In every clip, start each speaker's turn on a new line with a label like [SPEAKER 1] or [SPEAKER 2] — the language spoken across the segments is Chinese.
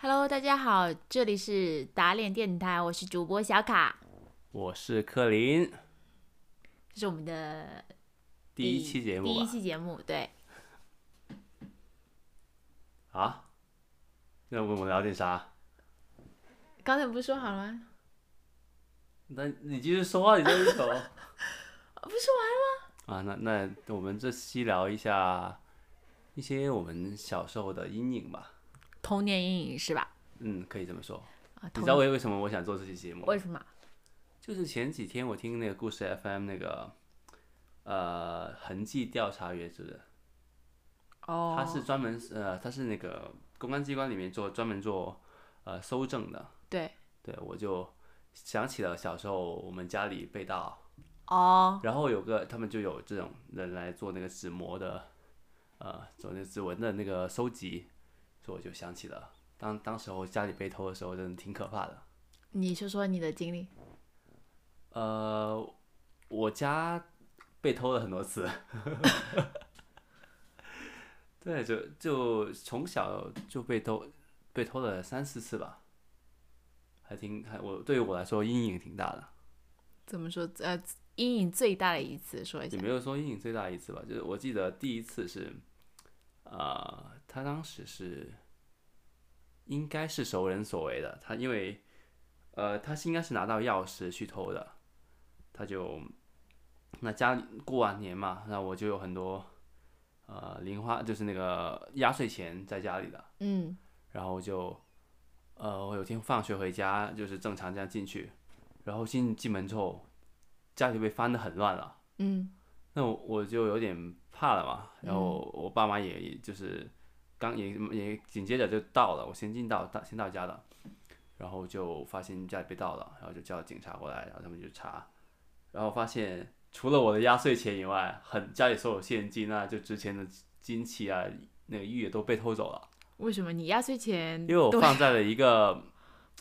[SPEAKER 1] Hello，大家好，这里是打脸电台，我是主播小卡，
[SPEAKER 2] 我是克林，
[SPEAKER 1] 这是我们的
[SPEAKER 2] 第一期节目
[SPEAKER 1] 第
[SPEAKER 2] 吧
[SPEAKER 1] 一期节目，对，
[SPEAKER 2] 啊？那我们聊点啥？
[SPEAKER 1] 刚才不是说好了吗？
[SPEAKER 2] 那你继续说啊，你在这 头
[SPEAKER 1] 不是我
[SPEAKER 2] 啊？那那我们这期聊一下一些我们小时候的阴影吧。
[SPEAKER 1] 童年阴影是吧？
[SPEAKER 2] 嗯，可以这么说。
[SPEAKER 1] 啊，
[SPEAKER 2] 你
[SPEAKER 1] 童
[SPEAKER 2] 知道为为什么我想做这期节目？
[SPEAKER 1] 为什么？
[SPEAKER 2] 就是前几天我听那个故事 FM 那个呃痕迹调查员是不是？
[SPEAKER 1] 哦，
[SPEAKER 2] 他是专门呃他是那个公安机关里面做专门做呃搜证的。
[SPEAKER 1] 对，
[SPEAKER 2] 对，我就想起了小时候我们家里被盗，
[SPEAKER 1] 哦，
[SPEAKER 2] 然后有个他们就有这种人来做那个纸模的，呃，做那个指纹的那个收集，所以我就想起了当当时候家里被偷的时候，真的挺可怕的。
[SPEAKER 1] 你说说你的经历，
[SPEAKER 2] 呃，我家被偷了很多次， 对，就就从小就被偷，被偷了三四次吧，还挺还我对于我来说阴影挺大的。
[SPEAKER 1] 怎么说？呃，阴影最大的一次，说一下
[SPEAKER 2] 也。没有说阴影最大一次吧，就是我记得第一次是，呃，他当时是应该是熟人所为的，他因为呃他是应该是拿到钥匙去偷的，他就那家里过完年嘛，那我就有很多呃零花就是那个压岁钱在家里的，
[SPEAKER 1] 嗯，
[SPEAKER 2] 然后就，呃，我有天放学回家，就是正常这样进去，然后进进门之后，家里被翻得很乱了。
[SPEAKER 1] 嗯，
[SPEAKER 2] 那我我就有点怕了嘛，然后我爸妈也也就是刚也也紧接着就到了，我先进到到先到家了，然后就发现家里被盗了，然后就叫警察过来，然后他们就查，然后发现除了我的压岁钱以外，很家里所有现金啊，就之前的金器啊，那个玉也都被偷走了，
[SPEAKER 1] 为什么你压岁钱
[SPEAKER 2] 因为我
[SPEAKER 1] 都
[SPEAKER 2] 放在了一个。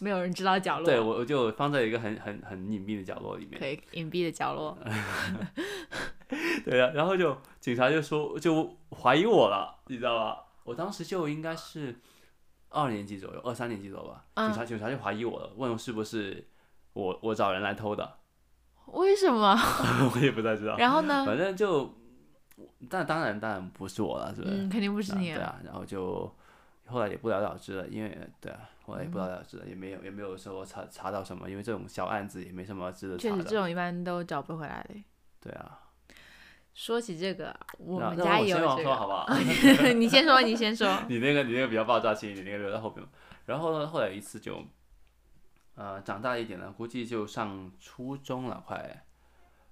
[SPEAKER 1] 没有人知道角落？
[SPEAKER 2] 对，我我就放在一个很很很隐秘的角落里面。
[SPEAKER 1] 可以隐蔽的角落。
[SPEAKER 2] 呃 对啊，然后就警察就说就怀疑我了，你知道吧？我当时就应该是二年级左右，二三年级左右吧。
[SPEAKER 1] 嗯
[SPEAKER 2] 警察警察就怀疑我了，问我是不是我我找人来偷的，
[SPEAKER 1] 为什么？
[SPEAKER 2] 我也不太知道。
[SPEAKER 1] 然后呢？
[SPEAKER 2] 反正就，但当然当然不是我了，是不是？
[SPEAKER 1] 嗯，肯定不是
[SPEAKER 2] 啊
[SPEAKER 1] 你
[SPEAKER 2] 对
[SPEAKER 1] 啊。
[SPEAKER 2] 啊，然后就后来也不了了之了，因为对啊，后来也
[SPEAKER 1] 嗯
[SPEAKER 2] 不了了之了，也没有也没有说查查到什么，因为这种小案子也没什么值得
[SPEAKER 1] 确
[SPEAKER 2] 查
[SPEAKER 1] 实，这
[SPEAKER 2] 的。
[SPEAKER 1] 种一般都找不回来的。
[SPEAKER 2] 对啊，
[SPEAKER 1] 说起这个，我
[SPEAKER 2] 那
[SPEAKER 1] 们
[SPEAKER 2] 那
[SPEAKER 1] 家
[SPEAKER 2] 我
[SPEAKER 1] 也有
[SPEAKER 2] 先往
[SPEAKER 1] 这
[SPEAKER 2] 说
[SPEAKER 1] 个。
[SPEAKER 2] 好不好？
[SPEAKER 1] 你先说，你先说。
[SPEAKER 2] 你那个你那个比较爆炸性一点，你那个留在后边。然后呢，后来有一次就，呃，长大一点了，估计就上初中了，快。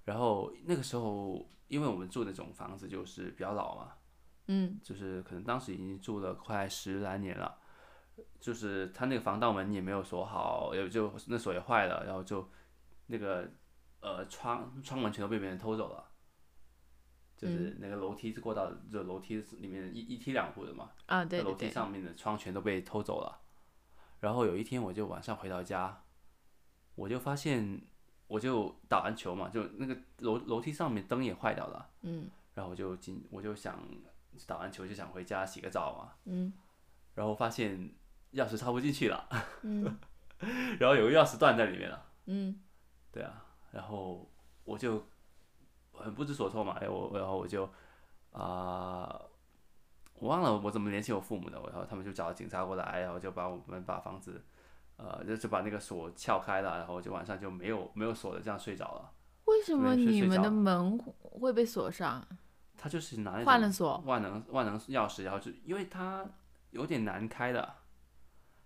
[SPEAKER 2] 然后那个时候，因为我们住那种房子就是比较老嘛，
[SPEAKER 1] 嗯，
[SPEAKER 2] 就是可能当时已经住了快十来年了，就是他那个防盗门也没有锁好，也就那锁也坏了，然后就那个呃窗窗门全都被别人偷走了，就是那个楼梯过道就楼梯里面一一梯两户的嘛，
[SPEAKER 1] 啊，
[SPEAKER 2] 在
[SPEAKER 1] 对
[SPEAKER 2] 楼
[SPEAKER 1] 对
[SPEAKER 2] 梯
[SPEAKER 1] 对，
[SPEAKER 2] 上面的窗全都被偷走了。然后有一天我就晚上回到家，我就发现我就打完球嘛，就那个楼楼梯上面灯也坏掉了，
[SPEAKER 1] 嗯
[SPEAKER 2] 然后我就进我就想打完球就想回家洗个澡嘛，
[SPEAKER 1] 嗯
[SPEAKER 2] 然后发现钥匙插不进去了，
[SPEAKER 1] 嗯
[SPEAKER 2] 然后有个钥匙断在里面了。
[SPEAKER 1] 嗯
[SPEAKER 2] 对啊，然后我就很不知所措嘛，哎我然后我就啊、我忘了我怎么联系我父母的，然后他们就找警察过来，然后就把我们把房子，呃，就就把那个锁撬开了，然后我就晚上就没有没有锁的这样睡着了。
[SPEAKER 1] 为什么
[SPEAKER 2] 准备去
[SPEAKER 1] 你
[SPEAKER 2] 睡
[SPEAKER 1] 们
[SPEAKER 2] 觉
[SPEAKER 1] 的
[SPEAKER 2] 了
[SPEAKER 1] 门会被锁上？
[SPEAKER 2] 他就是拿那
[SPEAKER 1] 换了
[SPEAKER 2] 种
[SPEAKER 1] 锁
[SPEAKER 2] 万能万能钥匙，然后就因为他有点难开的，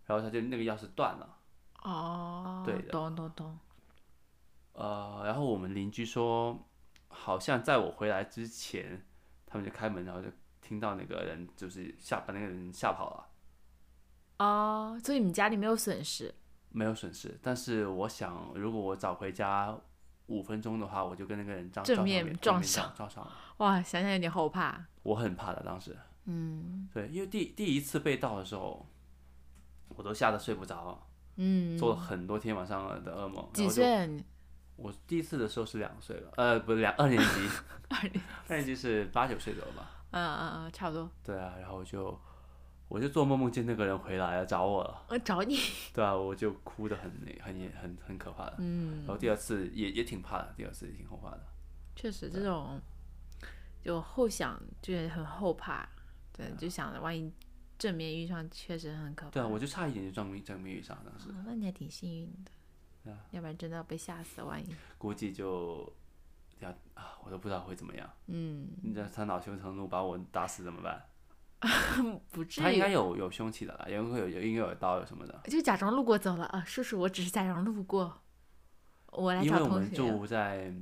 [SPEAKER 2] 然后他就那个钥匙断了。
[SPEAKER 1] 哦，
[SPEAKER 2] 对的
[SPEAKER 1] 懂懂懂。
[SPEAKER 2] 呃，然后我们邻居说，好像在我回来之前，他们就开门，然后就听到那个人就是吓把那个人吓跑了，
[SPEAKER 1] 哦，所以你们家里没有损失。
[SPEAKER 2] 没有损失。但是我想，如果我早回家五分钟的话，我就跟那个人撞
[SPEAKER 1] 正
[SPEAKER 2] 撞
[SPEAKER 1] 面
[SPEAKER 2] 面
[SPEAKER 1] 撞
[SPEAKER 2] 撞
[SPEAKER 1] 上
[SPEAKER 2] 撞上了，
[SPEAKER 1] 哇，想想有点后怕。
[SPEAKER 2] 我很怕的当时。
[SPEAKER 1] 嗯
[SPEAKER 2] 对，因为第第一次被盗的时候，我都吓得睡不着，
[SPEAKER 1] 嗯，
[SPEAKER 2] 做了很多天晚上的噩梦。然
[SPEAKER 1] 几
[SPEAKER 2] 后就
[SPEAKER 1] 岁啊你？
[SPEAKER 2] 我第一次的时候是两岁了，呃，不是两二年级，
[SPEAKER 1] 二年。
[SPEAKER 2] 二年级是八九岁左右吧。
[SPEAKER 1] 嗯嗯嗯，差不多。
[SPEAKER 2] 对啊，然后就我就做梦梦见那个人回来了呃找我了，
[SPEAKER 1] 我找你，
[SPEAKER 2] 对啊，我就哭得很那很也很很可怕的。
[SPEAKER 1] 嗯，
[SPEAKER 2] 然后第二次也也挺怕的，第二次也挺后怕的。
[SPEAKER 1] 确实这种有后想就是很后怕，对，就想着万一正面遇上，确实很可怕。
[SPEAKER 2] 啊对啊，我就差一点就撞遇撞遇上，当时
[SPEAKER 1] 哦那你还挺幸运的，
[SPEAKER 2] 啊
[SPEAKER 1] 要不然真的要被吓死，万一，
[SPEAKER 2] 估计就要啊，我都不知道会怎么样。
[SPEAKER 1] 嗯，
[SPEAKER 2] 你知道他恼羞成怒把我打死怎么办？
[SPEAKER 1] 不至
[SPEAKER 2] 嗯他应
[SPEAKER 1] 于
[SPEAKER 2] 该，有有凶器的啦，也会有有应该有刀有什么的。
[SPEAKER 1] 就假装路过走了啊，叔叔，我只是假装路过，我来
[SPEAKER 2] 因为
[SPEAKER 1] 找
[SPEAKER 2] 我
[SPEAKER 1] 同
[SPEAKER 2] 们
[SPEAKER 1] 学，
[SPEAKER 2] 住在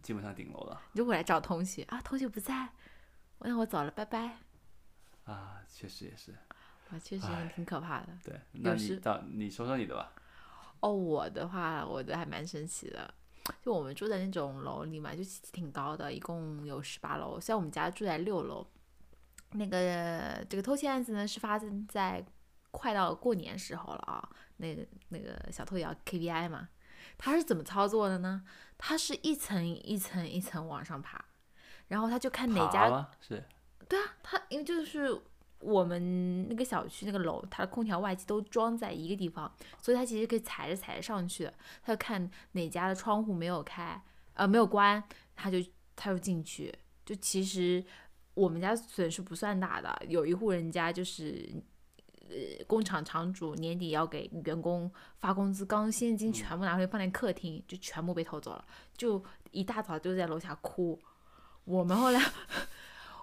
[SPEAKER 2] 基本上顶楼了
[SPEAKER 1] 就我来找同学啊，同学不在，那我走了，拜拜。
[SPEAKER 2] 啊，确实也是。
[SPEAKER 1] 啊，确实也挺可怕的。
[SPEAKER 2] 对，那
[SPEAKER 1] 有
[SPEAKER 2] 你
[SPEAKER 1] 时
[SPEAKER 2] 到你说说你的吧。
[SPEAKER 1] 哦，我的话，我的还蛮神奇的。就我们住的那种楼里嘛，就挺高的，一共有十八楼。虽然我们家住在六楼，那个这个偷窃案子呢是发生在快到过年时候了啊。那个那个小偷也要 KPI 嘛，他是怎么操作的呢？他是一层一层一层往上爬，然后他就看哪
[SPEAKER 2] 爬
[SPEAKER 1] 家
[SPEAKER 2] 吗？是
[SPEAKER 1] 它因为就是我们那个小区那个楼，它的空调外机都装在一个地方，所以它其实可以踩着踩着上去的。它就看哪家的窗户没有开，呃，没有关，它就它就进去。就其实我们家损失不算大的，有一户人家就是。呃，工厂厂主年底要给员工发工资，刚现金全部拿回去放在客厅，就全部被偷走了。就一大早就在楼下哭。我们后来，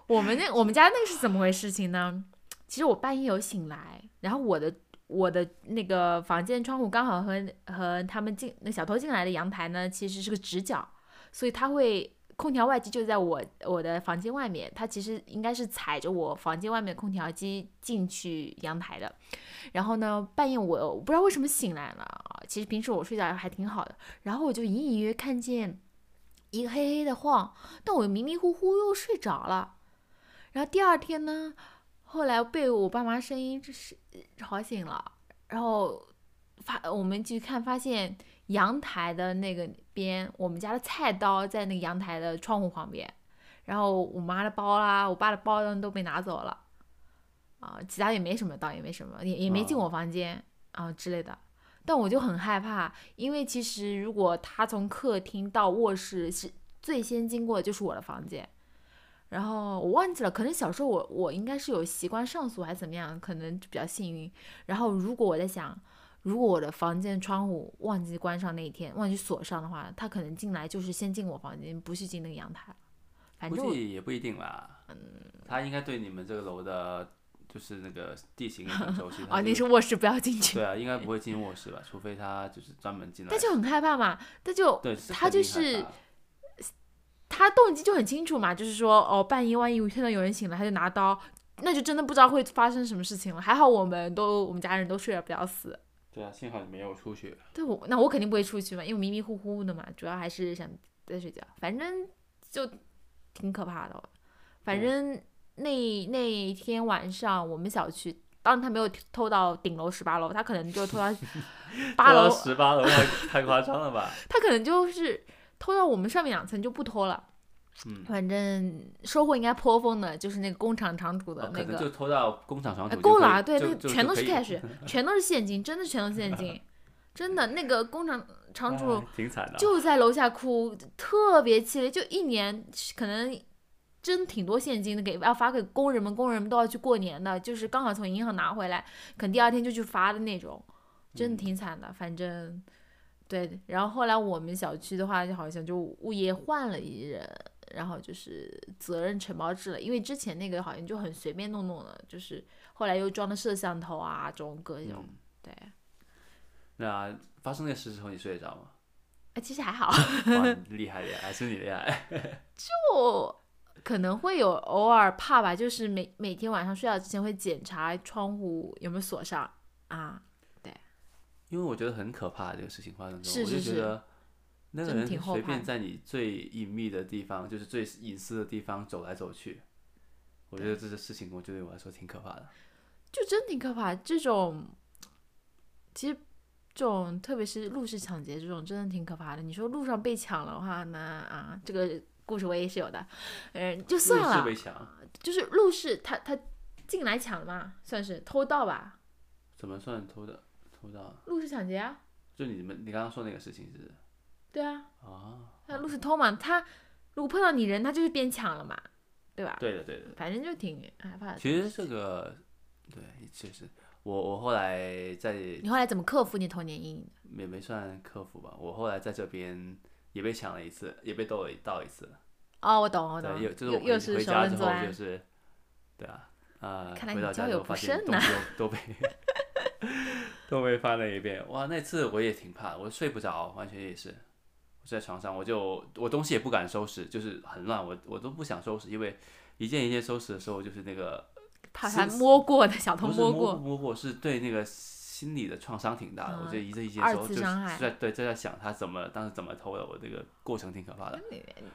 [SPEAKER 1] 我们那我们家那个是怎么回事情呢？其实我半夜有醒来，然后我的我的那个房间窗户刚好和和他们进那小偷进来的阳台呢，其实是个直角，所以它会空调外机就在我我的房间外面，它其实应该是踩着我房间外面的空调机进去阳台的。然后呢，半夜我我不知道为什么醒来了啊，其实平时我睡觉还挺好的，然后我就隐隐约看见一个黑黑的晃，但我迷迷糊糊又睡着了。然后第二天呢，后来被我爸妈声音就是吵醒了，然后发我们去看，发现阳台的那个边，我们家的菜刀在那个阳台的窗户旁边，然后我妈的包啦，我爸的包都被拿走了，啊，其他也没什么，倒也没什么，也也没进
[SPEAKER 2] 哦
[SPEAKER 1] 我房间啊之类的。但我就很害怕，因为其实如果他从客厅到卧室是最先经过的就是我的房间，然后我忘记了，可能小时候我我应该是有习惯上锁还是怎么样，可能就比较幸运。然后如果我在想，如果我的房间窗户忘记关上那一天，忘记锁上的话，他可能进来就是先进我房间，不是进那个阳台。反
[SPEAKER 2] 估
[SPEAKER 1] 正我嗯
[SPEAKER 2] 计也不一定啦。他应该对你们这个楼的，就是那个地形也很熟 悉。
[SPEAKER 1] 啊，
[SPEAKER 2] 他就
[SPEAKER 1] 那是卧室不要进去，
[SPEAKER 2] 对啊，应该不会进卧室吧？除非他就是专门进来。
[SPEAKER 1] 但就很害怕嘛，但就
[SPEAKER 2] 对，
[SPEAKER 1] 他
[SPEAKER 2] 肯定
[SPEAKER 1] 就是
[SPEAKER 2] 害怕
[SPEAKER 1] 他动机就很清楚嘛，就是说哦，半夜万一我看到有人醒了，他就拿刀，那就真的不知道会发生什么事情了。还好我们都我们家人都睡得比较死，
[SPEAKER 2] 对啊，幸好你没有出去。
[SPEAKER 1] 对我那我肯定不会出去嘛，因为迷迷糊糊的嘛，主要还是想在睡觉，反正就挺可怕的哦。反
[SPEAKER 2] 对
[SPEAKER 1] 正那那一天晚上，我们小区当然他没有偷到顶楼十八楼，他可能就偷 到八楼，
[SPEAKER 2] 十八楼太太夸张了 吧？
[SPEAKER 1] 他可能就是偷到我们上面两层就不偷了。
[SPEAKER 2] 嗯，
[SPEAKER 1] 反正收获应该颇丰的，就是那个工厂厂主的
[SPEAKER 2] 哦
[SPEAKER 1] 那
[SPEAKER 2] 可能
[SPEAKER 1] 个，
[SPEAKER 2] 就偷到工厂床
[SPEAKER 1] 哎
[SPEAKER 2] 主就
[SPEAKER 1] 够
[SPEAKER 2] 可
[SPEAKER 1] 了
[SPEAKER 2] 以
[SPEAKER 1] 啊，对，那
[SPEAKER 2] 就
[SPEAKER 1] 个
[SPEAKER 2] 就
[SPEAKER 1] 全都是
[SPEAKER 2] 就可以
[SPEAKER 1] cash，全 都是现金，真的全都是现金，真的那个工厂厂主
[SPEAKER 2] 哎挺惨的。
[SPEAKER 1] 就在楼下哭，特别气馁，就一年可能。真挺多现金的给要发给工人们，工人们都要去过年的，就是刚好从银行拿回来，可能第二天就去发的那种，真的
[SPEAKER 2] 嗯
[SPEAKER 1] 挺惨的。反正对，然后后来我们小区的话，就好像就物业换了一人，然后就是责任承包制了，因为之前那个好像就很随便弄弄的，就是后来又装了摄像头啊，这种各种，
[SPEAKER 2] 嗯
[SPEAKER 1] 对，
[SPEAKER 2] 那发生那个事之后，你睡得 着吗？
[SPEAKER 1] 哎，其实还好，
[SPEAKER 2] 哇，你厉害厉害，还是你厉害。
[SPEAKER 1] 就可能会有偶尔怕吧，就是每每天晚上睡觉之前会检查窗户有没有锁上啊，
[SPEAKER 2] 因为我觉得很可怕，这个事情发生之后，
[SPEAKER 1] 是是
[SPEAKER 2] 我就觉
[SPEAKER 1] 是
[SPEAKER 2] 得那个
[SPEAKER 1] 真的
[SPEAKER 2] 人
[SPEAKER 1] 挺后
[SPEAKER 2] 随
[SPEAKER 1] 怕
[SPEAKER 2] 便在你最隐秘的地方，就是最隐私的地方走来走去，我觉得这个事情，我觉得对我来说挺可怕的。
[SPEAKER 1] 就真挺可怕。这种其实这种特别是路上抢劫这种真的挺可怕的。你说路上被抢的话呢，啊，这个故事我也是有的，嗯，就算
[SPEAKER 2] 入室
[SPEAKER 1] 了，
[SPEAKER 2] 被抢，
[SPEAKER 1] 就是路是他他进来抢的嘛，算是偷盗吧，
[SPEAKER 2] 怎么算偷的？偷盗？
[SPEAKER 1] 入室抢劫啊，
[SPEAKER 2] 就你们你刚刚说那个事情是
[SPEAKER 1] 对啊，
[SPEAKER 2] 啊？
[SPEAKER 1] 他入室偷嘛，他如果碰到你人，他就是变抢了嘛，对吧？
[SPEAKER 2] 对的对的。
[SPEAKER 1] 反正就挺害怕的。
[SPEAKER 2] 其实这个对，确实，我我后来在
[SPEAKER 1] 你后来怎么克服你童年阴影？
[SPEAKER 2] 也没算克服吧，我后来在这边也被抢了一次，也被斗了一道一次。
[SPEAKER 1] 哦，我懂，我懂，
[SPEAKER 2] 对，又就是我
[SPEAKER 1] 又又
[SPEAKER 2] 回
[SPEAKER 1] 是
[SPEAKER 2] 回
[SPEAKER 1] 熟
[SPEAKER 2] 家
[SPEAKER 1] 人
[SPEAKER 2] 之
[SPEAKER 1] 作
[SPEAKER 2] 后
[SPEAKER 1] 案
[SPEAKER 2] 就，是，对啊，啊、
[SPEAKER 1] 看来你
[SPEAKER 2] 回到
[SPEAKER 1] 交
[SPEAKER 2] 家之
[SPEAKER 1] 友
[SPEAKER 2] 后发
[SPEAKER 1] 不
[SPEAKER 2] 现
[SPEAKER 1] 慎
[SPEAKER 2] 东
[SPEAKER 1] 呐
[SPEAKER 2] 西都都被 都被翻了一遍。哇，那次我也挺怕的，我睡不着，完全也是。我在床上，我就我东西也不敢收拾，就是很乱，我我都不想收拾，因为一件一件收拾的时候，就是那个
[SPEAKER 1] 怕
[SPEAKER 2] 是
[SPEAKER 1] 他摸过的小偷
[SPEAKER 2] 不是
[SPEAKER 1] 摸
[SPEAKER 2] 过
[SPEAKER 1] 过，
[SPEAKER 2] 摸过，是对那个心理的创伤挺大的。我
[SPEAKER 1] 啊
[SPEAKER 2] 觉得一件一件
[SPEAKER 1] 二
[SPEAKER 2] 收，
[SPEAKER 1] 次
[SPEAKER 2] 就是
[SPEAKER 1] 伤害
[SPEAKER 2] 在对在在想他怎么当时怎么偷的，我这个过程挺可
[SPEAKER 1] 嗯
[SPEAKER 2] 怕的。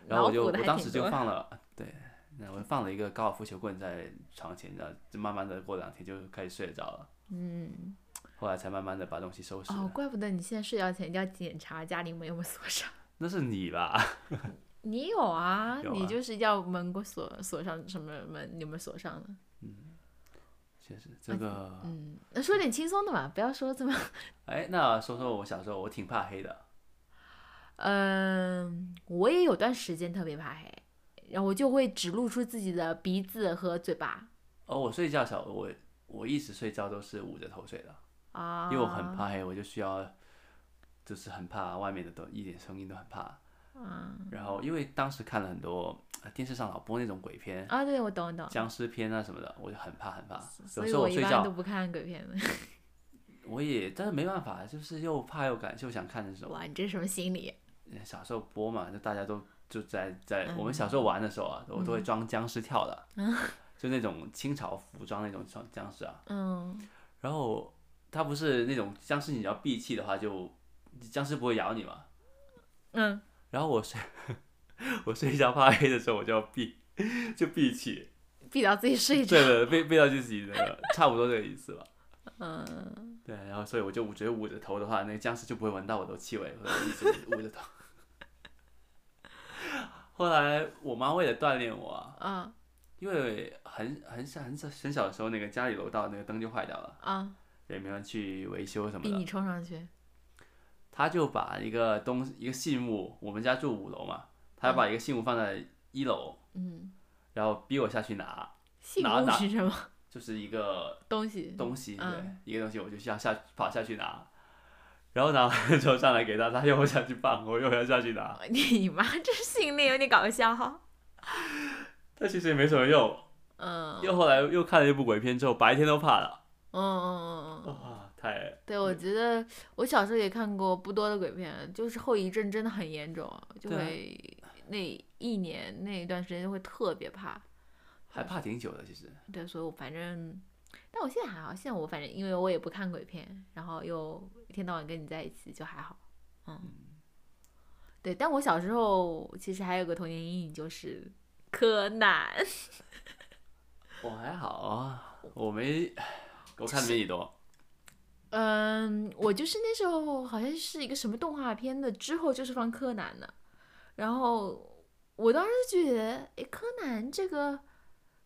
[SPEAKER 2] 然
[SPEAKER 1] 脑
[SPEAKER 2] 后我就
[SPEAKER 1] 补
[SPEAKER 2] 我
[SPEAKER 1] 的还
[SPEAKER 2] 当
[SPEAKER 1] 挺
[SPEAKER 2] 时就
[SPEAKER 1] 多。
[SPEAKER 2] 放 了，对，那我放了一个高尔夫球棍在床前，然后就慢慢的过两天就开始睡得着了。
[SPEAKER 1] 嗯，
[SPEAKER 2] 后来才慢慢的把东西收拾。
[SPEAKER 1] 哦，怪不得你现在睡觉前一定要检查家里门有没有锁上。
[SPEAKER 2] 那是你吧？
[SPEAKER 1] 你有啊，
[SPEAKER 2] 有
[SPEAKER 1] 你
[SPEAKER 2] 啊
[SPEAKER 1] 就是要门给我锁锁上什么门，有没有锁上呢？
[SPEAKER 2] 确实，这个，
[SPEAKER 1] 嗯，那说点轻松的嘛，不要说这么，
[SPEAKER 2] 哎，那说说我小时候，我挺怕黑的。
[SPEAKER 1] 嗯、我也有段时间特别怕黑，然后我就会只露出自己的鼻子和嘴巴
[SPEAKER 2] 哦，我睡觉小，我我一直睡觉都是捂着头睡的，
[SPEAKER 1] 啊，
[SPEAKER 2] 因为我很怕黑，我就需要，就是很怕外面的都一点声音都很怕。
[SPEAKER 1] 啊
[SPEAKER 2] 然后因为当时看了很多呃电视上老播那种鬼片、
[SPEAKER 1] 啊，对我懂我懂，
[SPEAKER 2] 僵尸片啊什么的，我就很怕很怕。
[SPEAKER 1] 所
[SPEAKER 2] 有
[SPEAKER 1] 以
[SPEAKER 2] 时候
[SPEAKER 1] 我一
[SPEAKER 2] 睡
[SPEAKER 1] 般
[SPEAKER 2] 觉
[SPEAKER 1] 都不看鬼片的。
[SPEAKER 2] 我也，但是没办法，就是又怕又赶，又想看那种。
[SPEAKER 1] 哇，你这是什么心理？
[SPEAKER 2] 小时候播嘛，就大家都就在在、
[SPEAKER 1] 嗯
[SPEAKER 2] 我们小时候玩的时候啊，我都会装僵尸跳的， 就那种清朝服装那种装僵尸啊。
[SPEAKER 1] 嗯，
[SPEAKER 2] 然后它不是那种僵尸，你要闭气的话就僵尸不会咬你嘛。
[SPEAKER 1] 嗯，
[SPEAKER 2] 然后我睡 我睡觉怕黑的时候，我就要闭就闭气，
[SPEAKER 1] 闭到自己睡着。
[SPEAKER 2] 对对，背背到自己那个差不多这个意思吧。
[SPEAKER 1] 嗯，
[SPEAKER 2] 对，然后所以我就捂着捂着头的话，那个僵尸就不会闻到我的气味，我就一直捂着头。 后来我妈为了锻炼我啊，
[SPEAKER 1] 啊
[SPEAKER 2] 因为很很小很小很小的时候，那个家里楼道那个灯就坏掉了，
[SPEAKER 1] 啊，
[SPEAKER 2] 也没人去维修什么
[SPEAKER 1] 逼
[SPEAKER 2] 的
[SPEAKER 1] 你，冲上去。
[SPEAKER 2] 她就把一个东一个信物，我们家住五楼嘛，她把一个信物放在一楼，
[SPEAKER 1] 嗯，
[SPEAKER 2] 然后逼我下去拿，
[SPEAKER 1] 性
[SPEAKER 2] 拿
[SPEAKER 1] 物
[SPEAKER 2] 拿
[SPEAKER 1] 是什么
[SPEAKER 2] 就是一个
[SPEAKER 1] 东西？
[SPEAKER 2] 东西，对，
[SPEAKER 1] 嗯
[SPEAKER 2] 一个东西我就下下跑下去拿，然后拿完了之后上来给他，他又下去放，我又要下去拿，
[SPEAKER 1] 你妈这训练有点搞笑哈。
[SPEAKER 2] 但其实也没什么用。
[SPEAKER 1] 嗯，嗯
[SPEAKER 2] 又后来又看了一部鬼片之后，白天都怕了，
[SPEAKER 1] 嗯嗯嗯，
[SPEAKER 2] 哇，太
[SPEAKER 1] 对，我觉得我小时候也看过不多的鬼片，就是后遗症真的很严重，就
[SPEAKER 2] 对啊
[SPEAKER 1] 会那一年那一段时间就会特别怕。
[SPEAKER 2] 还怕挺久的，其实
[SPEAKER 1] 对，所以我反正，但我现在还好，现在我反正因为我也不看鬼片，然后又一天到晚跟你在一起，就还好。嗯，对，但我小时候其实还有个童年阴影，就是柯南。
[SPEAKER 2] 我还好啊，我 没，我看的没你多，
[SPEAKER 1] 嗯，我就是那时候好像是一个什么动画片的，之后就是放柯南的，然后我当时就觉得，哎，柯南这个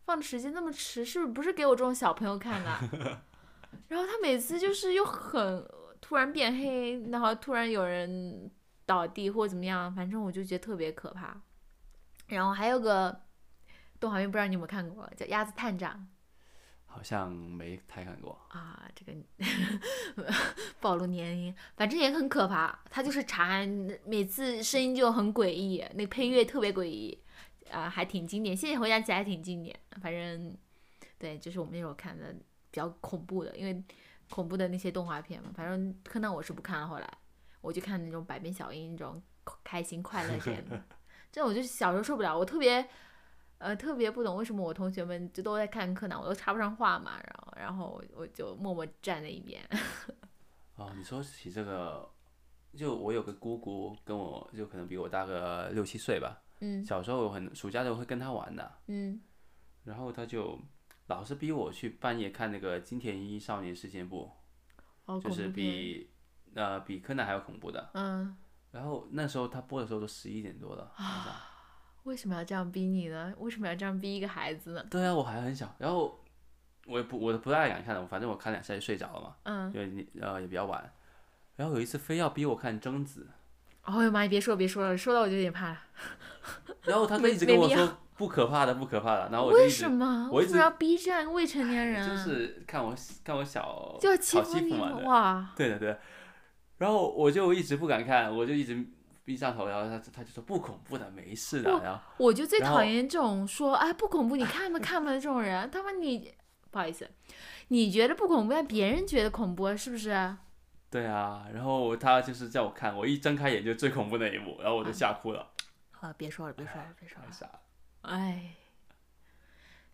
[SPEAKER 1] 放的时间那么迟，是不是不是给我这种小朋友看的啊？然后他每次就是又很突然变黑，然后突然有人倒地或怎么样，反正我就觉得特别可怕。然后还有个动画片，不知道你有没有看过，叫《鸭子探长》。
[SPEAKER 2] 好像没太看过。
[SPEAKER 1] 啊，这个 暴露年龄，反正也很可怕。他就是查案，每次声音就很诡异，那配乐特别诡异，啊，还挺经典。现在回想起来还挺经典。反正，对，就是我们那时候看的比较恐怖的，因为恐怖的那些动画片嘛。反正柯南我是不看了，后来我就看那种百变小樱那种开心快乐片的。这种我就是小时候受不了，我特别。呃，特别不懂为什么我同学们就都在看柯南，我都插不上话嘛，然后然后我我就默默站在一边。
[SPEAKER 2] 哦，你说起这个，就我有个姑姑，跟我就可能比我大个六七岁吧，
[SPEAKER 1] 嗯
[SPEAKER 2] 小时候我很暑假都会跟她玩的。
[SPEAKER 1] 嗯
[SPEAKER 2] 然后他就老是逼我去半夜看那个《金田一少年事件簿
[SPEAKER 1] 哦，》，
[SPEAKER 2] 就是
[SPEAKER 1] 恐怖片
[SPEAKER 2] 比呃比柯南还要恐怖的。
[SPEAKER 1] 嗯，
[SPEAKER 2] 然后那时候他播的时候都十一点多了，
[SPEAKER 1] 啊
[SPEAKER 2] 晚上
[SPEAKER 1] 为什么要这样逼你呢？为什么要这样逼一个孩子呢？
[SPEAKER 2] 对啊，我还很小。然后我也不我都不太敢看了，反正我看两下就睡着了嘛，
[SPEAKER 1] 嗯，
[SPEAKER 2] 因为你呃也比较晚。然后有一次非要逼我看贞子，
[SPEAKER 1] 哎呦妈呀，别说别说了，说到我就有点怕了。
[SPEAKER 2] 然后他就
[SPEAKER 1] 没
[SPEAKER 2] 一直跟
[SPEAKER 1] 没
[SPEAKER 2] 我
[SPEAKER 1] 必
[SPEAKER 2] 说不可怕的，不可怕的。然后我就
[SPEAKER 1] 为
[SPEAKER 2] 一
[SPEAKER 1] 什
[SPEAKER 2] 直
[SPEAKER 1] 么？
[SPEAKER 2] 我
[SPEAKER 1] 为
[SPEAKER 2] 一
[SPEAKER 1] 什么
[SPEAKER 2] 直
[SPEAKER 1] 要逼这样未成年人
[SPEAKER 2] 就
[SPEAKER 1] 啊？
[SPEAKER 2] 是看我看我小
[SPEAKER 1] 就要
[SPEAKER 2] 小
[SPEAKER 1] 负你
[SPEAKER 2] 嘛
[SPEAKER 1] 们
[SPEAKER 2] 对
[SPEAKER 1] 哇！
[SPEAKER 2] 对的对的。然后我就一直不敢看，我就一直闭上头，然后他他就说不恐怖的，没事的。
[SPEAKER 1] 不
[SPEAKER 2] 然后
[SPEAKER 1] 我就最
[SPEAKER 2] 然
[SPEAKER 1] 讨
[SPEAKER 2] 后
[SPEAKER 1] 厌这种说哎不恐怖，你看吧看吧的这种人。他妈你不好意思，你觉得不恐怖，但别人觉得恐怖，啊是不是？
[SPEAKER 2] 对啊，然后他就是叫我看，我一睁开眼就最恐怖那一幕，然后我就吓哭了，
[SPEAKER 1] 好了，别说了，别说了，别说了
[SPEAKER 2] 太。傻了。
[SPEAKER 1] 哎，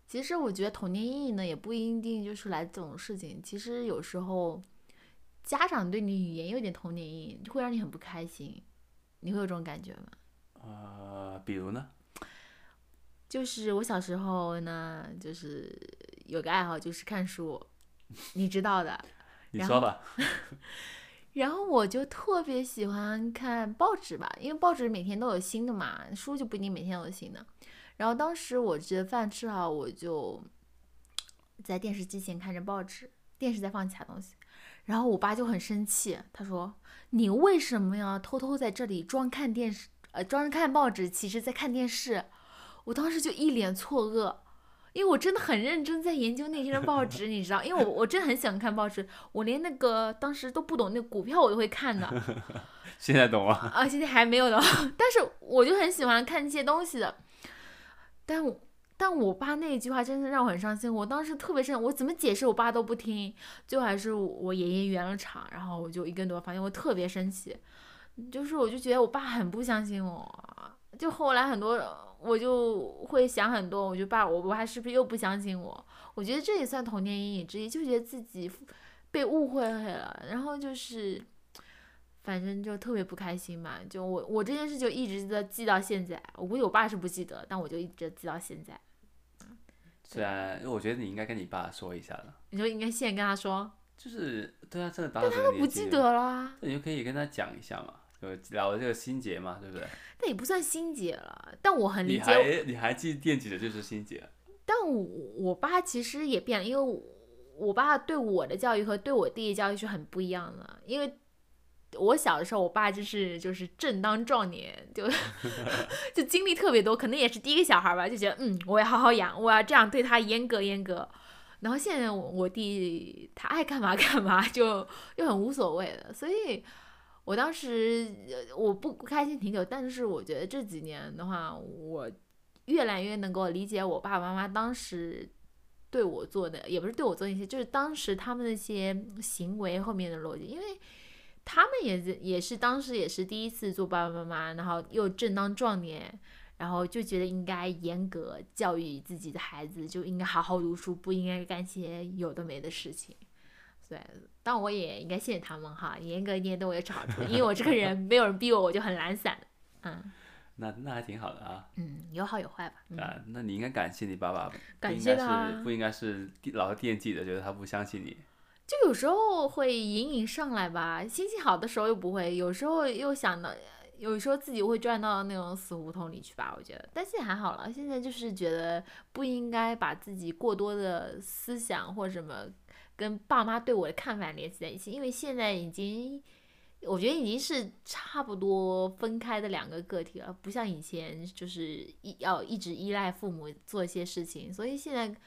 [SPEAKER 1] 其实我觉得童年阴影呢，也不一定就是来自这种事情。其实有时候家长对你也有点童年阴影，就会让你很不开心。你会有这种感觉吗？
[SPEAKER 2] 呃，比如呢？
[SPEAKER 1] 就是我小时候呢，就是有个爱好就是看书，你知道的。
[SPEAKER 2] 你
[SPEAKER 1] 然
[SPEAKER 2] 说吧。
[SPEAKER 1] 然后我就特别喜欢看报纸吧，因为报纸每天都有新的嘛，书就不一定每天都有新的。然后当时我这饭吃好，我就在电视机前看着报纸，电视在放其他东西。然后我爸就很生气，他说：“你为什么要偷偷在这里装看电视？呃，装看报纸，其实在看电视。”我当时就一脸错愕，因为我真的很认真在研究那天的报纸，你知道，因为我我真的很喜欢看报纸，我连那个当时都不懂那股票我都会看的，
[SPEAKER 2] 现在懂吗？
[SPEAKER 1] 啊，现在还没有的， 但是我就很喜欢看这些东西的。但我但我爸那一句话真的让我很伤心，我当时特别生，我怎么解释我爸都不听，最后还是我爷爷圆了场，然后我就一跟多发现我特别生气，就是我就觉得我爸很不相信我，就后来很多我就会想很多，我就爸我我爸是不是又不相信我？我觉得这也算童年阴影之一，就觉得自己被误会了，然后就是。反正就特别不开心嘛。就我我这件事就一直在记到现在，我估计我爸是不记得，但我就一直记到现在。
[SPEAKER 2] 虽然我觉得你应该跟你爸说一下的，
[SPEAKER 1] 你就应该现在跟他说，
[SPEAKER 2] 就是对啊，真的达到这个
[SPEAKER 1] 不
[SPEAKER 2] 年纪
[SPEAKER 1] 记
[SPEAKER 2] 了，
[SPEAKER 1] 得啦，
[SPEAKER 2] 那你就可以跟他讲一下嘛，就聊这个心结嘛，对不对？
[SPEAKER 1] 那也不算心结了。但我很理
[SPEAKER 2] 你
[SPEAKER 1] 解我，
[SPEAKER 2] 还你还记惦记的就是心结，
[SPEAKER 1] 但我我爸其实也变了，因为我我爸对我的教育和对我弟的教育是很不一样的，因为。我小的时候，我爸就是就是正当壮年，就就经历特别多，可能也是第一个小孩吧，就觉得嗯，我要好好养，我要这样对他严格严格。然后现在我我弟他爱干嘛干嘛，就又很无所谓了。所以我当时呃我不不开心挺久，但是我觉得这几年的话，我越来越能够理解我爸爸妈妈当时对我做的，也不是对我做的一些，就是当时他们的一些行为后面的逻辑，因为。他们也是也是当时也是第一次做爸爸妈妈，然后又正当壮年，然后就觉得应该严格教育自己的孩子，就应该好好读书，不应该干些有的没的事情。对，但我也应该谢谢他们哈，严格一点对我也是好处，因为我这个人没有人逼我，我就很懒散。嗯
[SPEAKER 2] 那那还挺好的啊。
[SPEAKER 1] 嗯，有好有坏吧。嗯，
[SPEAKER 2] 啊，那你应该感谢你爸爸，不
[SPEAKER 1] 感
[SPEAKER 2] 应
[SPEAKER 1] 谢
[SPEAKER 2] 该
[SPEAKER 1] 他
[SPEAKER 2] 是
[SPEAKER 1] 啊
[SPEAKER 2] 不。应该是老是惦记的，觉得他不相信你。
[SPEAKER 1] 就有时候会隐隐上来吧，心情好的时候又不会，有时候又想到，有时候自己会转到那种死胡同里去吧。我觉得，但现在还好了，现在就是觉得不应该把自己过多的思想或什么跟爸妈对我的看法联系在一起，因为现在已经。我觉得已经是差不多分开的两个个体了，不像以前就是一要一直依赖父母做一些事情，所以现在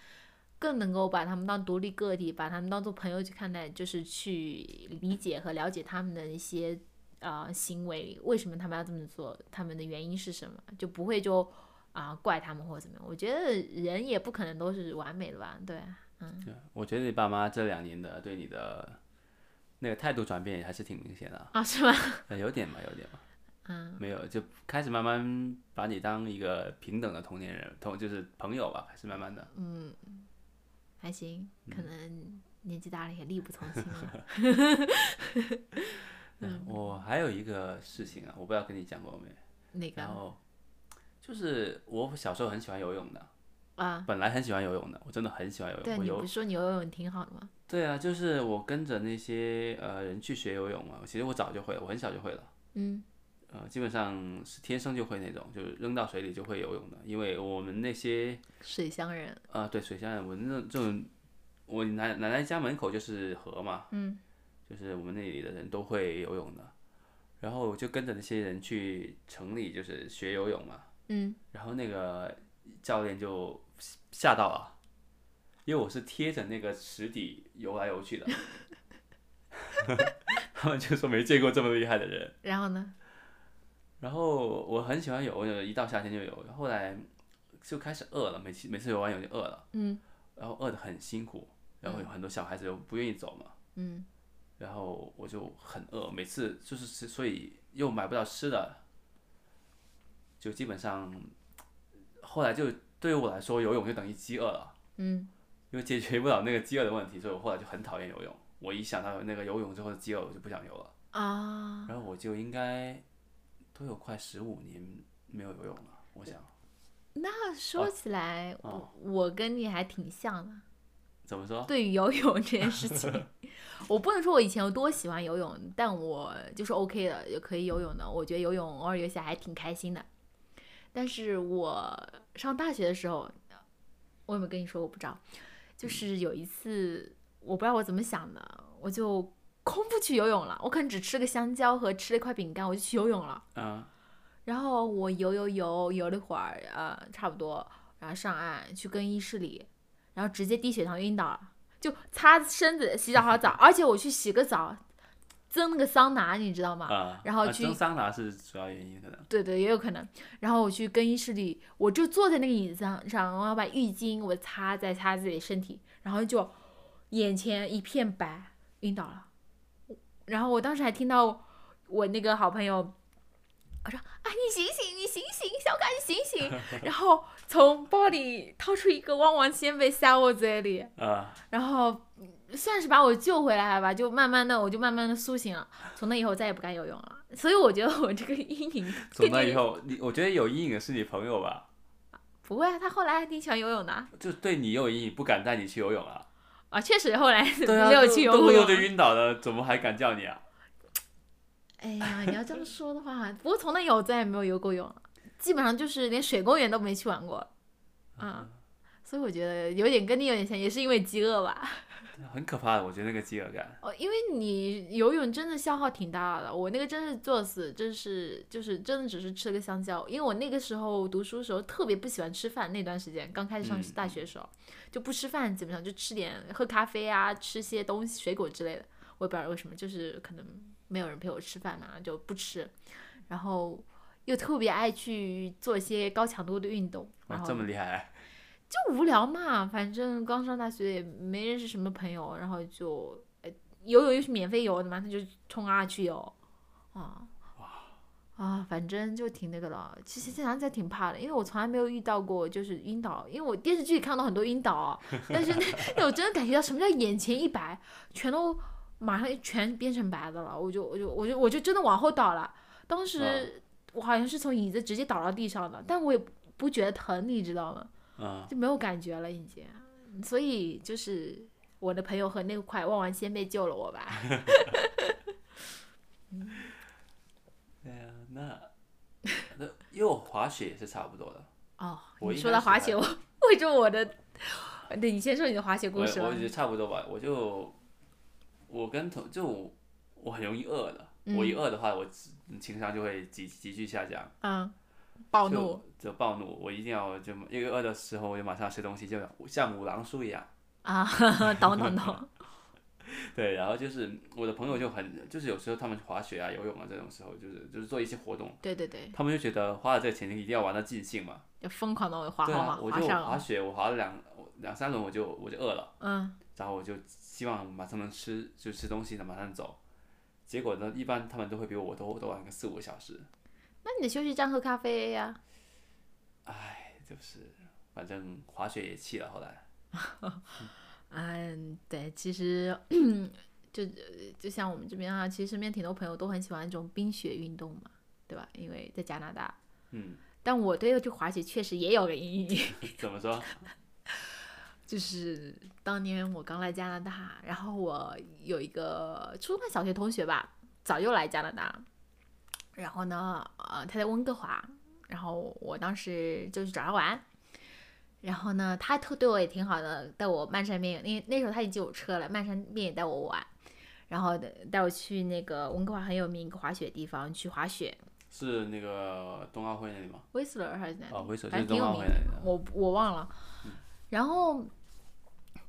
[SPEAKER 1] 更能够把他们当独立个体，把他们当做朋友去看待，就是去理解和了解他们的一些呃行为，为什么他们要这么做，他们的原因是什么，就不会就啊、怪他们或者怎么样。我觉得人也不可能都是完美的吧，对，啊
[SPEAKER 2] 对我觉得你爸妈这两年的对你的那个态度转变也还是挺明显的啊，
[SPEAKER 1] 啊是吧？
[SPEAKER 2] 呃有点吧，有点吧，
[SPEAKER 1] 嗯，
[SPEAKER 2] 没有就开始慢慢把你当一个平等的同年人，同就是朋友吧，开始慢慢的。
[SPEAKER 1] 嗯还行，可能年纪大了也力不从心了。
[SPEAKER 2] 嗯，我还有一个事情啊，我不知道跟你讲过没，
[SPEAKER 1] 那
[SPEAKER 2] 然
[SPEAKER 1] 个
[SPEAKER 2] 后就是我小时候很喜欢游泳的，
[SPEAKER 1] 啊，
[SPEAKER 2] 本来很喜欢游泳的，我真的很喜欢游泳，
[SPEAKER 1] 对
[SPEAKER 2] 嗯我
[SPEAKER 1] 你
[SPEAKER 2] 游
[SPEAKER 1] 不是说你游泳挺好的吗？
[SPEAKER 2] 对啊，就是我跟着那些呃人去学游泳嘛，其实我早就会了，我很小就会了，
[SPEAKER 1] 嗯
[SPEAKER 2] 呃，基本上是天生就会那种，就是扔到水里就会游泳的。因为我们那些啊
[SPEAKER 1] 水乡人，
[SPEAKER 2] 呃，对水下人，我们那这种我奶奶奶家门口就是河嘛，
[SPEAKER 1] 嗯，
[SPEAKER 2] 就是我们那里的人都会游泳的，然后我就跟着那些人去城里就是学游泳嘛，
[SPEAKER 1] 嗯，
[SPEAKER 2] 然后那个教练就吓到了，因为我是贴着那个池底游来游去的， 他们就说没见过这么厉害的人。
[SPEAKER 1] 然后呢？
[SPEAKER 2] 然后我很喜欢游泳，一到夏天就游。后来就开始饿了，每次每次游完泳就饿了，
[SPEAKER 1] 嗯
[SPEAKER 2] 然后饿得很辛苦，然后有很多小孩子又不愿意走嘛，
[SPEAKER 1] 嗯
[SPEAKER 2] 然后我就很饿，每次就是吃所以又买不到吃的，就基本上后来就对于我来说，游泳就等于饥饿了，
[SPEAKER 1] 嗯
[SPEAKER 2] 因为解决不了那个饥饿的问题，所以我后来就很讨厌游泳。我一想到有那个游泳之后的饥饿，我就不想游了。
[SPEAKER 1] 啊，
[SPEAKER 2] 然后我就应该都有快十五年没有游泳了，我想。
[SPEAKER 1] 那啊说起来，
[SPEAKER 2] 哦
[SPEAKER 1] 我我跟你还挺像的。
[SPEAKER 2] 怎么说？
[SPEAKER 1] 对于游泳这件事情，我不能说我以前有多喜欢游泳，但我就是 OK 的，也可以游泳的。我觉得游泳偶尔游一下还挺开心的。但是我上大学的时候，我有没有跟你说？我不知道。就是有一次，我不知道我怎么想的，我就空腹去游泳了。我可能只吃了个香蕉和吃了一块饼干，我就去游泳了。
[SPEAKER 2] 嗯
[SPEAKER 1] 然后我游游游游了一会儿，呃，差不多，然后上岸去更衣室里，然后直接低血糖晕倒了，就擦身子洗澡好澡，而且我去洗个澡，蒸那个桑拿，你知道吗？
[SPEAKER 2] 啊，
[SPEAKER 1] 然后
[SPEAKER 2] 啊
[SPEAKER 1] 去
[SPEAKER 2] 蒸桑拿是主要原因可能。
[SPEAKER 1] 对对，也有可能。然后我去更衣室里，我就坐在那个椅子上，上我要把浴巾我擦在擦自己的身体，然后就眼前一片白，晕倒了。然后我当时还听到我那个好朋友，我说：“啊，你醒醒，你醒醒，小凯，你醒 醒！”然后从包里掏出一个旺旺仙贝塞我嘴里，
[SPEAKER 2] 啊，
[SPEAKER 1] 然后嗯算是把我救回来了吧，就慢慢的，我就慢慢的苏醒了。从那以后再也不敢游泳了，所以我觉得我这个阴影
[SPEAKER 2] 从
[SPEAKER 1] 跟
[SPEAKER 2] 那
[SPEAKER 1] 这
[SPEAKER 2] 以后，你我觉得有阴影的是你朋友吧，
[SPEAKER 1] 不会啊，他后来还挺喜欢游泳的啊
[SPEAKER 2] 就对你有阴影，不敢带你去游泳啊。
[SPEAKER 1] 啊，确实后来
[SPEAKER 2] 对啊，
[SPEAKER 1] 没有去
[SPEAKER 2] 动
[SPEAKER 1] 游
[SPEAKER 2] 不动
[SPEAKER 1] 泳
[SPEAKER 2] 就
[SPEAKER 1] 啊。
[SPEAKER 2] 晕倒了，怎么还敢叫你啊？
[SPEAKER 1] 哎呀，你要这么说的话，不过从那以后我再也没有游过泳了，基本上就是连水公园都没去玩过啊。所以我觉得有点跟你有点像，也是因为饥饿吧。
[SPEAKER 2] 很可怕的，我觉得那个饥饿感。
[SPEAKER 1] 哦，因为你游泳真的消耗挺大的，我那个真是作死，真是就是真的只是吃了个香蕉，因为我那个时候读书的时候特别不喜欢吃饭，那段时间刚开始上
[SPEAKER 2] 嗯
[SPEAKER 1] 大学的时候、就不吃饭，基本上就吃点喝咖啡啊，吃些东西水果之类的，我也不知道为什么，就是可能没有人陪我吃饭嘛，就不吃，然后又特别爱去做一些高强度的运动，然
[SPEAKER 2] 哇，
[SPEAKER 1] 后
[SPEAKER 2] 这么厉害，
[SPEAKER 1] 就无聊嘛，反正刚上大学也没认识什么朋友，然后就呃游泳又是免费游的嘛，那就冲啊去游，啊啊，反正就挺那个了。其实现在还挺怕的，因为我从来没有遇到过就是晕倒，因为我电视剧里看到很多晕倒啊，但是那那我真的感觉到什么叫眼前一白，全都马上全变成白的了，我就我就我就我就真的往后倒了。当时我好像是从椅子直接倒到地上的，但我也不觉得疼，你知道吗？
[SPEAKER 2] 嗯，
[SPEAKER 1] 就没有感觉了已经。所以就是我的朋友和那块旺旺仙贝救了我 吧。
[SPEAKER 2] 对呀，那那因为我滑雪也是差不多的。
[SPEAKER 1] 哦，
[SPEAKER 2] 我
[SPEAKER 1] 你
[SPEAKER 2] 应
[SPEAKER 1] 说
[SPEAKER 2] 该
[SPEAKER 1] 到
[SPEAKER 2] 是
[SPEAKER 1] 滑
[SPEAKER 2] 还
[SPEAKER 1] 雪，我为什么我的？对，你先说你的滑雪故
[SPEAKER 2] 我
[SPEAKER 1] 事吧啊
[SPEAKER 2] 我。觉得差不多吧，我就我跟同就我我很容易饿的，
[SPEAKER 1] 嗯
[SPEAKER 2] 我一饿的话，我情商就会急急剧下降，
[SPEAKER 1] 嗯，暴
[SPEAKER 2] 就
[SPEAKER 1] 怒
[SPEAKER 2] 就暴怒，我一定要就因为饿的时候我就马上吃东西，就像五郎叔一样，
[SPEAKER 1] 啊， 懂懂懂。
[SPEAKER 2] 对，然后就是我的朋友就很就是有时候他们滑雪啊、游泳啊这种时候，就是就是做一些活动，
[SPEAKER 1] 对对对，
[SPEAKER 2] 他们就觉得花了这个钱一定要玩到尽兴嘛，
[SPEAKER 1] 就疯狂的滑
[SPEAKER 2] 对
[SPEAKER 1] 滑
[SPEAKER 2] 啊，
[SPEAKER 1] 滑
[SPEAKER 2] 我
[SPEAKER 1] 滑
[SPEAKER 2] 就
[SPEAKER 1] 上
[SPEAKER 2] 滑
[SPEAKER 1] 了。
[SPEAKER 2] 雪，我滑了两两三轮我就我就饿了。
[SPEAKER 1] 嗯，
[SPEAKER 2] 然后我就希望马上能吃，就吃东西呢，马上走。结果呢，一般他们都会比我多多玩个四五个小时。
[SPEAKER 1] 那你的休息站喝咖啡呀？
[SPEAKER 2] 唉，就是反正滑雪也弃了，后来
[SPEAKER 1] 嗯，对，其实 就就像我们这边啊，其实身边挺多朋友都很喜欢这种冰雪运动嘛，对吧？因为在加拿大，
[SPEAKER 2] 嗯，
[SPEAKER 1] 但我对这个滑雪确实也有个阴影。
[SPEAKER 2] 怎么说？
[SPEAKER 1] 就是当年我刚来加拿大，然后我有一个初中、小学同学吧，早就来加拿大，然后呢，呃，他在温哥华，然后我当时就去找他玩，然后呢，他特对我也挺好的，带我漫山遍野。那那时候他已经有车了，漫山遍野带我玩，然后带我去那个温哥华很有名一个滑雪地方去滑雪
[SPEAKER 2] 是那个冬奥会那里吗？
[SPEAKER 1] ，Whistler 还是哪里？
[SPEAKER 2] 啊，回首
[SPEAKER 1] 反
[SPEAKER 2] 是
[SPEAKER 1] 正挺
[SPEAKER 2] 冬
[SPEAKER 1] 有
[SPEAKER 2] 奥
[SPEAKER 1] 名
[SPEAKER 2] 会
[SPEAKER 1] 的
[SPEAKER 2] 那里的。嗯
[SPEAKER 1] 我我忘了。然后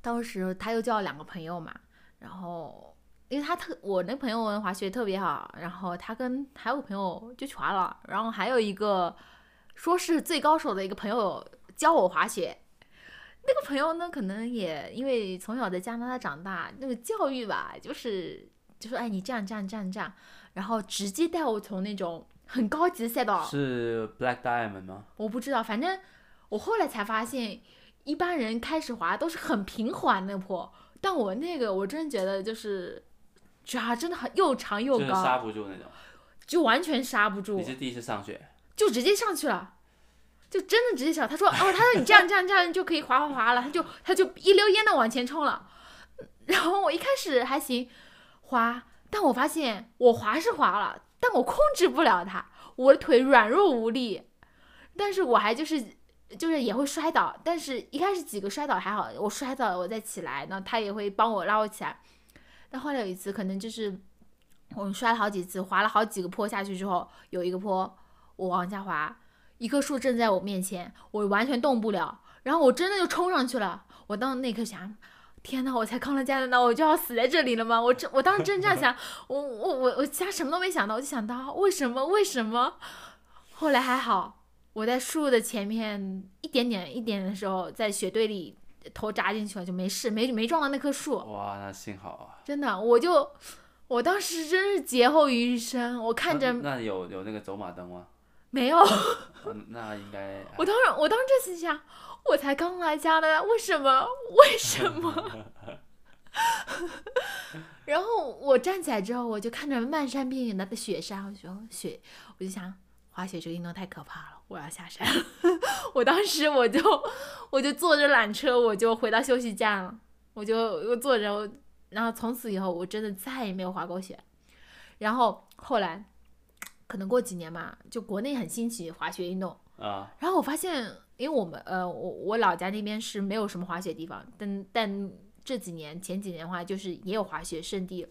[SPEAKER 1] 当时他又叫了两个朋友嘛，然后因为他特我那朋友滑雪特别好，然后他跟还有个朋友就去滑了，然后还有一个说是最高手的一个朋友教我滑雪。那个朋友呢，可能也因为从小在加拿大长大，那个教育吧，就是就说哎，你这样这样这样这样，然后直接带我从那种很高级的赛道
[SPEAKER 2] 是 Black Diamond 吗？
[SPEAKER 1] 我不知道，反正我后来才发现，一般人开始滑都是很平缓那坡，但我那个我真觉得就是，抓真的很又长又
[SPEAKER 2] 就是刹
[SPEAKER 1] 高，
[SPEAKER 2] 不住那种。
[SPEAKER 1] 就完全刹不住
[SPEAKER 2] 你，是第一次上雪，
[SPEAKER 1] 就直接上去了。就真的直接上，他说哦，他说你这样这样这样就可以滑滑滑了，他就他就一溜烟的往前冲了。 然后我一开始还行滑，但我发现我滑是滑了，但我控制不了它，我的腿软弱无力，但是我还就是就是也会摔倒，但是一开始几个摔倒还好，我摔倒了我再起来，然后他也会帮我拉我起来。但后来有一次可能就是我们摔了好几次，滑了好几个坡下去之后，有一个坡我往下滑，一棵树正在我面前，我完全动不了，然后我真的就冲上去了，我当那刻想。天呐，我才刚来加拿大，我就要死在这里了吗？我真，我当时真这样想，我我我我其他什么都没想到，我就想到为什么为什么？后来还好，我在树的前面一点点一点的时候，在雪堆里头扎进去了，就没事，没没撞到那棵树。
[SPEAKER 2] 哇，那幸好啊。
[SPEAKER 1] 真的，我就我当时真是劫后余生，我看着
[SPEAKER 2] 那那有有那个走马灯吗？
[SPEAKER 1] 没有，
[SPEAKER 2] 啊那应该
[SPEAKER 1] 我当时我当时就心想，我才刚来加拿大，为什么 为什么？ 然后我站起来之后，我就看着漫山遍野的雪山，我就说雪，我就想滑雪这个运动太可怕了，我要下山。 我当时我就我就坐着缆车，我就回到休息站了，我就我坐着，我然后从此以后我真的再也没有滑过雪。然后后来可能过几年吧，就国内很兴起滑雪运动，
[SPEAKER 2] 啊，
[SPEAKER 1] 然后我发现，因为我们呃，我我老家那边是没有什么滑雪地方，但但这几年前几年的话，就是也有滑雪圣地，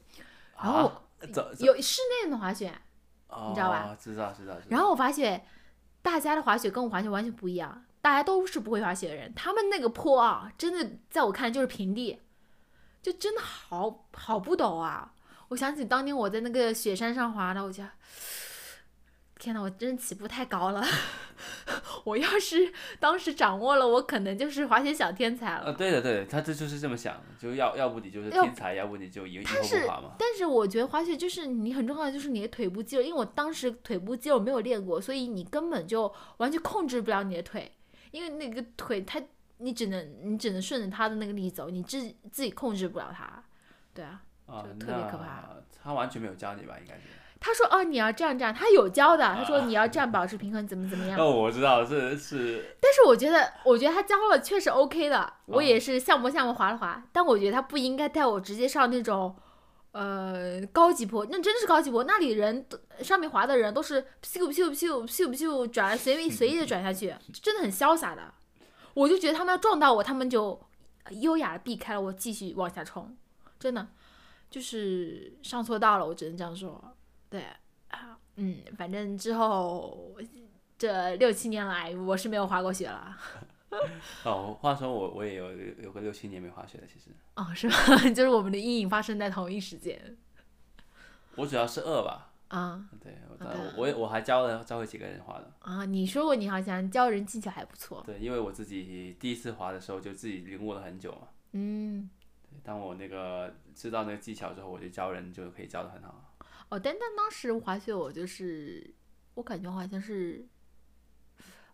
[SPEAKER 1] 然后
[SPEAKER 2] 啊走走，
[SPEAKER 1] 有室内的滑雪。你知道吧
[SPEAKER 2] 哦？知道知道。知道
[SPEAKER 1] 然后我发现，大家的滑雪跟我滑雪完全不一样，大家都是不会滑雪的人，他们那个坡啊，真的在我看来就是平地，就真的好好不陡啊！我想起当年我在那个雪山上滑的，我觉得。 天呐，我真的起步太高了！ 我要是当时掌握了，我可能就是滑雪小天才了。
[SPEAKER 2] 呃，对的对的，他这就是这么想，就要要不你就是
[SPEAKER 1] 要
[SPEAKER 2] 天才，要不你就以以
[SPEAKER 1] 他
[SPEAKER 2] 后
[SPEAKER 1] 是
[SPEAKER 2] 不滑嘛。
[SPEAKER 1] 但是我觉得滑雪就是你很重要的就是你的腿部肌肉，因为我当时腿部肌肉没有练过，所以你根本就完全控制不了你的腿，因为那个腿它你只能你只能顺着它的那个力走，你自自己控制不了它。对啊，
[SPEAKER 2] 啊
[SPEAKER 1] 就，特别可怕
[SPEAKER 2] 那他完全没有教你吧？应该是。
[SPEAKER 1] 他说哦你要这样这样，他有教的，他说你要这样保持平衡，怎么怎么样。
[SPEAKER 2] 哦，我知道是是
[SPEAKER 1] 但是我觉得我觉得他教了确实 OK 的，我也是像模像样滑了滑，但我觉得他不应该带我直接上那种。呃，高级坡那真的是高级坡，那里人都上面滑的人都是咻咻咻咻咻转，随意随意的转下去，真的很潇洒的。我就觉得他们要撞到我，他们就优雅的避开了我，继续往下冲。真的就是上错道了，我只能这样说。对啊，嗯，反正之后这六七年来，我是没有滑过雪了。
[SPEAKER 2] 哦。话说我我也有有个六七年没滑雪了，其实
[SPEAKER 1] 哦，是吧？ 就是我们的阴影发生在同一时间
[SPEAKER 2] 我主要是饿吧。
[SPEAKER 1] 啊
[SPEAKER 2] 对，我
[SPEAKER 1] 好的
[SPEAKER 2] 当我也我还教了教会几个人滑的。
[SPEAKER 1] 啊！你说过你好像教人技巧还不错，
[SPEAKER 2] 对，因为我自己第一次滑的时候就自己领悟了很久嘛。
[SPEAKER 1] 嗯，
[SPEAKER 2] 对当我那个知道那个技巧之后，我就教人就可以教的很好。
[SPEAKER 1] 哦，但但当时滑雪我就是，我感觉我好像是，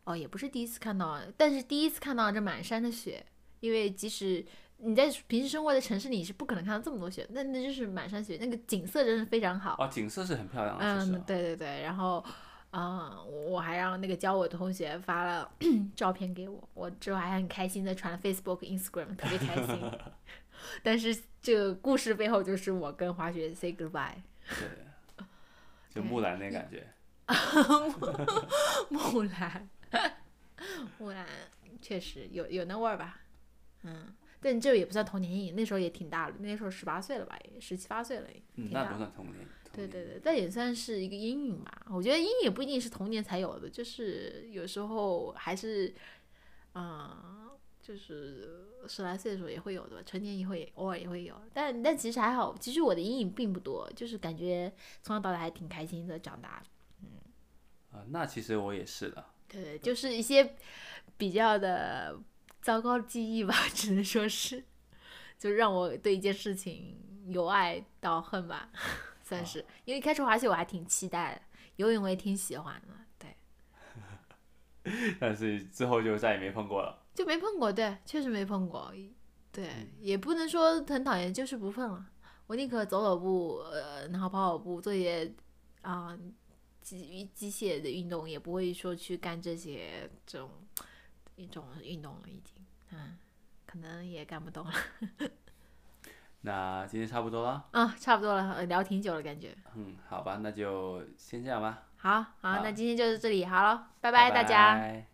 [SPEAKER 1] 哦，也不是第一次看到，但是第一次看到这满山的雪，因为即使你在平时生活在城市里，你是不可能看到这么多雪，那那就是满山雪，那个景色真是非常好。
[SPEAKER 2] 哦，景色是很漂亮的，确实
[SPEAKER 1] 嗯，
[SPEAKER 2] 啊。
[SPEAKER 1] 对对对，然后，嗯，我我还让那个教我的同学发了 照片给我，我之后还很开心的传了 Facebook、Instagram，特别开心。 但是这个故事背后就是我跟滑雪 say goodbye，
[SPEAKER 2] 对，就木兰那感觉。
[SPEAKER 1] 木兰，木兰，确实有有那味儿吧，嗯，但这也不算童年阴影，那时候也挺大了，那时候十八岁了吧，也十七八岁了也，
[SPEAKER 2] 嗯，
[SPEAKER 1] 挺
[SPEAKER 2] 那
[SPEAKER 1] 大
[SPEAKER 2] 不算童年。童
[SPEAKER 1] 对
[SPEAKER 2] 年
[SPEAKER 1] 对对，但也算是一个阴影吧。我觉得阴影不一定是童年才有的，就是有时候还是，嗯，就是十来岁的时候也会有的，成年以后也偶尔也会有。但但其实还好，其实我的阴影并不多，就是感觉从小到大还挺开心的，长大。
[SPEAKER 2] 啊、那其实我也是的。
[SPEAKER 1] 对对，就是一些比较的糟糕的记忆吧， 只能说是，就让我对一件事情由爱到恨吧， 算是。因为开始滑雪我还挺期待的，游泳我也挺喜欢的，对，
[SPEAKER 2] 但是之后就再也没碰过了。
[SPEAKER 1] 就没碰过，对，确实没碰过，对，
[SPEAKER 2] 嗯
[SPEAKER 1] 也不能说很讨厌，就是不碰了。我宁可走走步，呃，然后跑跑步，做一些啊、机机械的运动，也不会说去干这些这种一种运动了，已经，嗯，可能也干不动了。
[SPEAKER 2] 那今天差不多了，
[SPEAKER 1] 啊、差不多了，聊挺久了，感觉。
[SPEAKER 2] 嗯，好吧，那就先这样吧，
[SPEAKER 1] 好，好，
[SPEAKER 2] 好
[SPEAKER 1] 那今天就是这里，好了，拜
[SPEAKER 2] 拜
[SPEAKER 1] 大家。
[SPEAKER 2] 拜